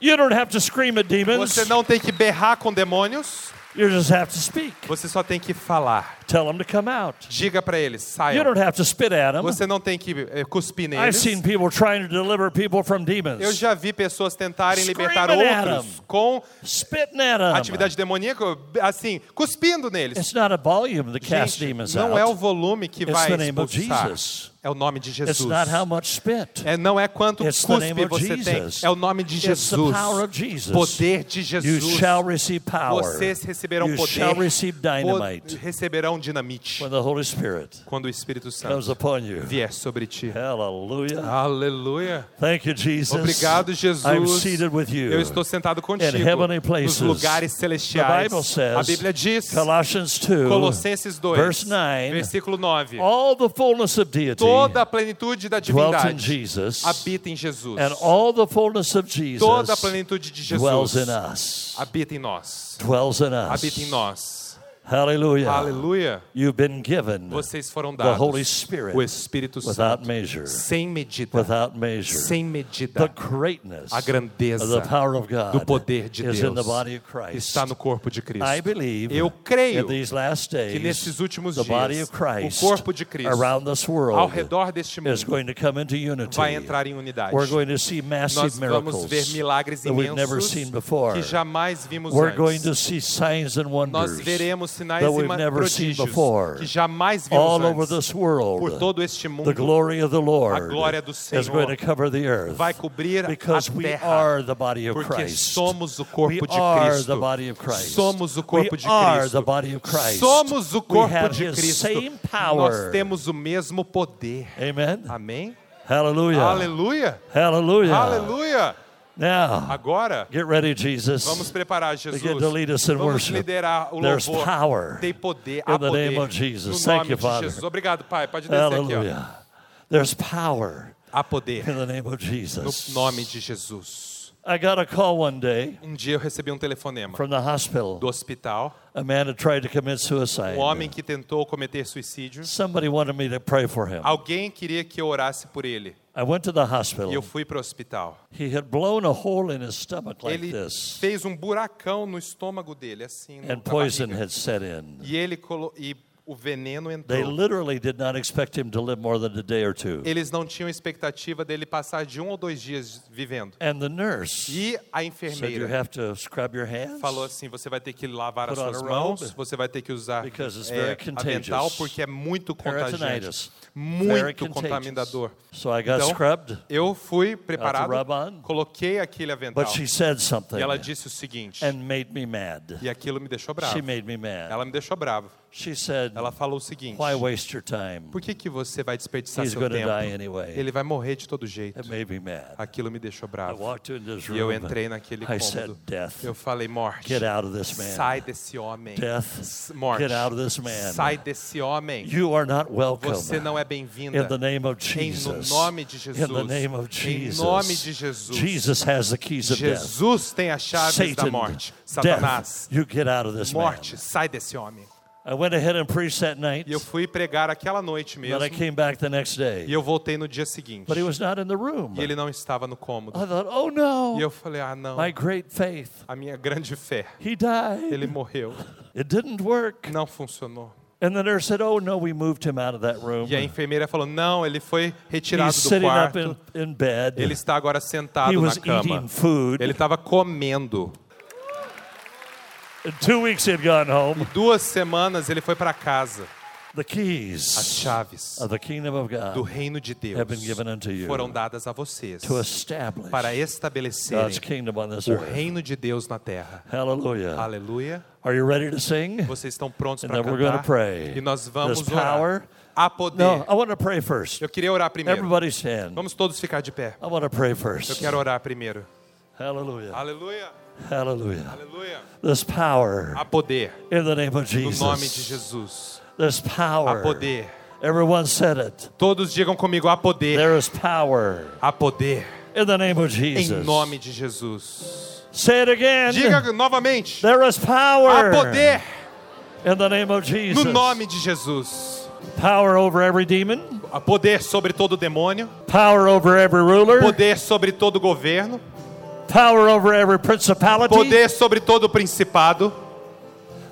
A: You don't have to scream at demons.
B: Você não tem que berrar com demônios.
A: You just have to speak.
B: Você só tem que falar.
A: Tell them to come out.
B: Diga para eles,
A: You
B: saiam.
A: don't have to spit at them.
B: Você não tem que eh, cuspir
A: I've
B: neles.
A: seen people trying to deliver people from
B: Eu
A: demons,
B: já vi pessoas tentarem libertar
A: Screaming at
B: outros
A: them.
B: com
A: spitting at them.
B: atividade demoníaca, assim, cuspindo neles.
A: It's not a volume that casts
B: Gente,
A: demons
B: não é o
A: out.
B: volume que
A: It's
B: vai
A: the name of
B: expulsar.
A: Jesus.
B: É o nome de
A: It's
B: Jesus.
A: not how much spit.
B: É, não é quanto
A: It's the name
B: cuspe
A: of
B: você tem,
A: Jesus.
B: é o nome de
A: It's the
B: Jesus.
A: power of Jesus.
B: Poder de
A: You
B: Jesus.
A: shall receive power.
B: Vocês receberão
A: You
B: poder.
A: shall receive dynamite
B: po- Receberão dinamite
A: when the Holy Spirit
B: quando o Espírito
A: comes
B: Santo
A: upon you.
B: vier sobre ti.
A: Hallelujah.
B: Aleluia.
A: Thank you, Jesus.
B: Obrigado, Jesus.
A: I'm seated with you.
B: Eu estou sentado contigo
A: heavenly places.
B: nos lugares
A: The
B: celestiais.
A: Bible says,
B: A Bíblia diz,
A: Colossians 2,
B: Colossenses 2,
A: verse 9,
B: versículo 9.
A: all the fullness of deity
B: Toda a plenitude da
A: dwelt in
B: divindade
A: Jesus,
B: habita em Jesus.
A: and all the fullness of Jesus
B: Toda a plenitude de
A: dwells in
B: Jesus
A: us.
B: habita em nós.
A: Dwells in us.
B: Habita em nós.
A: Hallelujah.
B: Aleluia.
A: You've been given
B: Vocês foram
A: the Holy
B: dados
A: Spirit
B: o Espírito
A: without
B: Santo
A: measure.
B: sem medida.
A: Without measure.
B: Sem
A: The
B: medida.
A: greatness
B: A grandeza
A: of the power of God
B: do poder de
A: is in the
B: Deus
A: body of Christ.
B: está no corpo de Cristo.
A: I believe
B: Eu creio
A: in these last days,
B: que nesses últimos
A: the body
B: dias,
A: of Christ
B: o corpo de Cristo
A: around this world
B: Ao redor deste
A: is
B: mundo
A: going to come into unity.
B: vai entrar em unidade.
A: We're going to see massive
B: Nós vamos
A: miracles
B: ver milagres
A: that we've never
B: imensos
A: seen before.
B: que jamais vimos
A: We're going
B: antes.
A: to see signs and
B: Nós
A: wonders
B: veremos sinais
A: that
B: e
A: we've
B: ma-
A: never seen
B: prodígios
A: before.
B: que jamais vimos
A: all over
B: antes.
A: this world.
B: Por todo este
A: the
B: mundo
A: glory of the Lord
B: glória do
A: is going to
B: Senhor
A: cover the earth
B: vai cobrir a
A: because we
B: terra.
A: are the body of
B: Porque
A: Christ.
B: somos o corpo
A: we
B: de
A: are
B: Cristo.
A: the body of Christ.
B: Somos o corpo
A: we
B: de
A: are
B: Cristo.
A: the body of Christ.
B: Somos o
A: we
B: corpo
A: have
B: de
A: his
B: Cristo.
A: same power.
B: Nós temos o mesmo poder.
A: Amen.
B: Amém?
A: Hallelujah.
B: Aleluia!
A: Hallelujah.
B: Aleluia!
A: Now,
B: Agora,
A: get ready, Jesus.
B: vamos preparar Jesus.
A: Begin to lead us in
B: Vamos
A: worship.
B: liderar o
A: There's
B: louvor.
A: power
B: Tem poder,
A: in
B: há
A: the
B: poder.
A: name of Jesus.
B: No
A: Thank
B: nome
A: you,
B: de
A: Father.
B: Jesus. Obrigado, Pai. Pode descer aqui.
A: Hallelujah. There's power
B: Ó. Há poder
A: in the name of Jesus.
B: no nome de Jesus.
A: I got a call one day
B: Um dia eu recebi um telefonema
A: from the hospital.
B: do hospital.
A: A man had tried to commit suicide.
B: Um homem que tentou cometer suicídio.
A: Somebody wanted me to pray for him.
B: Alguém queria que eu orasse por ele.
A: I went to the
B: E eu
A: hospital.
B: fui para o hospital.
A: He had blown a hole in his stomach like
B: Ele
A: this,
B: fez um buracão no estômago dele, assim. na
A: and poison
B: barriga.
A: had set in.
B: E ele colo... e o veneno
A: They
B: entrou.
A: literally did not expect him to live more than a day or two.
B: Eles não tinham expectativa dele passar de um ou dois dias vivendo.
A: And the nurse
B: E a
A: said, You
B: enfermeira
A: have to scrub your hands.
B: falou assim: você vai ter que lavar as
A: Put on
B: suas
A: a
B: mãos,
A: robe,
B: você vai ter que usar
A: because it's
B: é,
A: very contagious.
B: avental porque é muito contagiante,
A: Peritonitis. Very
B: muito
A: contagious.
B: contaminador.
A: So I got
B: Então,
A: scrubbed,
B: eu fui preparado,
A: rub on.
B: coloquei aquele avental
A: but she said
B: e ela
A: something
B: disse o seguinte,
A: and made me mad.
B: e aquilo me
A: She
B: deixou bravo.
A: made me mad.
B: Ela me deixou bravo.
A: She said,
B: Ela falou o seguinte:
A: Why waste your time?
B: Por que que você vai desperdiçar
A: He's
B: seu
A: going to
B: tempo?
A: die anyway.
B: Ele vai morrer de todo jeito.
A: It made me mad.
B: Aquilo me deixou
A: I
B: bravo.
A: walked into this
B: E eu
A: room.
B: entrei naquele
A: I said,
B: cômodo.
A: Death,
B: Eu falei, morte,
A: get out of this man.
B: sai desse homem. S-
A: Death,
B: morte,
A: get out of this man.
B: sai desse homem.
A: You are not welcome.
B: Você não é
A: In the
B: bem-vinda.
A: name of
B: Em no
A: Jesus.
B: nome de Jesus.
A: In the name of
B: Em
A: Jesus.
B: nome de Jesus.
A: Jesus has the keys of death.
B: Jesus tem as chaves da
A: Satan,
B: morte.
A: death,
B: Satanás,
A: you get out of this
B: morte,
A: man.
B: sai desse homem.
A: I went ahead and preached that night,
B: E eu fui pregar aquela noite
A: but I
B: mesmo.
A: came back the next
B: E
A: day.
B: eu voltei no dia seguinte.
A: But he was not in the room.
B: E ele não estava no cômodo.
A: I thought, oh
B: E
A: no,
B: eu falei, ah, não.
A: my great faith.
B: A minha grande fé.
A: He died.
B: Ele morreu.
A: It didn't work.
B: Não funcionou.
A: And the nurse said, oh no, we moved him out of that room.
B: E a enfermeira falou: não, ele foi retirado
A: He's
B: do
A: sitting up in,
B: quarto.
A: in bed.
B: Ele está agora sentado
A: He
B: na
A: was
B: cama.
A: eating food.
B: Ele estava comendo.
A: In two weeks he had gone home.
B: Duas semanas ele foi para casa.
A: The
B: As
A: keys
B: chaves
A: of the kingdom of
B: do
A: God
B: reino de Deus
A: have been given unto you
B: foram dadas a vocês
A: to establish
B: para
A: God's
B: estabelecerem
A: kingdom on this
B: o
A: earth.
B: reino de Deus na terra.
A: Hallelujah.
B: Aleluia.
A: Are you ready to sing?
B: Vocês estão prontos
A: And
B: para
A: then we're gonna
B: cantar?
A: pray.
B: E nós vamos
A: There's
B: orar.
A: power.
B: Há poder.
A: No, I want to pray first.
B: Eu queria orar primeiro.
A: Everybody stand.
B: Vamos todos ficar de pé.
A: I want to pray
B: Eu
A: first.
B: quero orar primeiro.
A: Hallelujah.
B: Aleluia.
A: Hallelujah.
B: Aleluia.
A: There's power
B: Há poder.
A: in the name of
B: No nome de
A: Jesus.
B: Jesus.
A: There's
B: Há
A: power.
B: poder.
A: Everyone said it.
B: Todos digam comigo: há poder.
A: There is power
B: Há poder.
A: in the name of
B: Em
A: Jesus.
B: nome de Jesus.
A: Say it again.
B: Diga novamente:
A: There is
B: há
A: power
B: poder.
A: in the name of Jesus.
B: No nome de Jesus.
A: Power over every demon,
B: Há poder sobre todo demônio.
A: power over every ruler,
B: Poder sobre todo governo.
A: power over every principality.
B: Poder sobre todo principado.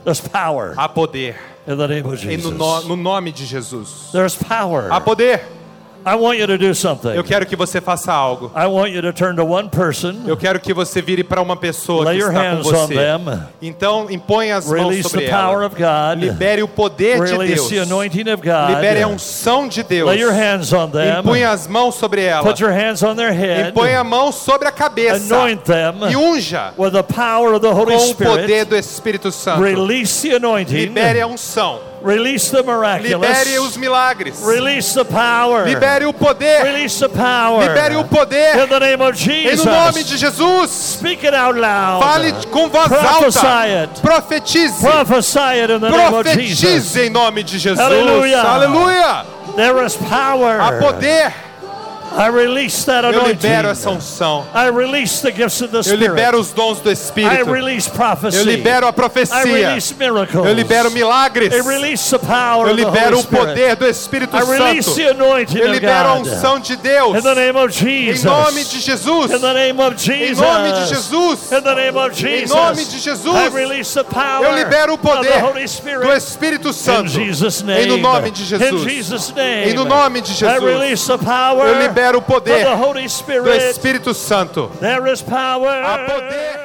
A: There's power
B: Há poder.
A: in the name of
B: E no, no-
A: Jesus.
B: no nome de Jesus.
A: There's power.
B: Há poder.
A: I want you to do
B: Eu
A: something.
B: quero que você faça algo.
A: I want you to turn to one person,
B: Eu quero que você vire para uma pessoa que
A: lay your
B: está com
A: hands on
B: você.
A: them,
B: Então, impõe as mãos
A: release
B: sobre
A: the power
B: ela.
A: of God,
B: Libere o poder de
A: release
B: Deus.
A: the anointing of
B: Libere um a
A: God.
B: unção de Deus.
A: Lay your hands on them.
B: Impõe as mãos sobre ela.
A: Put your hands on their head.
B: Impõe a mão sobre a cabeça.
A: Anoint them
B: E unja
A: with the power of the Holy
B: com o poder
A: Spirit.
B: do Espírito Santo.
A: Release the anointing.
B: Libere a unção.
A: Release the
B: Libere
A: miraculous.
B: os milagres.
A: Release the power.
B: Libere o poder.
A: Release the power.
B: Libere o poder.
A: In the name of
B: Em nome
A: Jesus.
B: de Jesus.
A: Speak it out loud.
B: Fale com voz
A: Prophesy
B: alta.
A: it.
B: Profetize.
A: Prophesy it in the name of Jesus.
B: Profetize em nome de Jesus.
A: Aleluia.
B: Aleluia.
A: There is power.
B: Há poder.
A: I release that
B: Eu libero essa
A: anointing.
B: unção.
A: I release the gifts of the
B: Eu
A: Spirit.
B: libero os dons do
A: I
B: Espírito.
A: release
B: Eu
A: prophecy.
B: libero a
A: I
B: profecia.
A: release miracles.
B: Eu libero milagres.
A: I release the power
B: Eu
A: of the
B: libero
A: Holy
B: o
A: Spirit.
B: poder do Espírito
A: I release the
B: Santo.
A: anointing
B: Eu
A: of
B: libero a
A: God.
B: unção de Deus.
A: In the name of
B: Em
A: Jesus.
B: nome de Jesus.
A: In the name of
B: Em
A: Jesus.
B: nome de Jesus.
A: In the name of Jesus.
B: nome de Jesus.
A: I release the power
B: Eu libero o
A: of the
B: poder
A: Holy
B: do
A: Spirit.
B: Espírito
A: In
B: Santo.
A: Jesus
B: Em
A: name.
B: no nome de
A: In
B: Jesus.
A: Jesus name.
B: Em no nome de
A: I
B: Jesus.
A: release the power
B: Eu libero o
A: of
B: poder
A: the Holy
B: do
A: Spirit.
B: Espírito Santo.
A: There is power.
B: Há poder.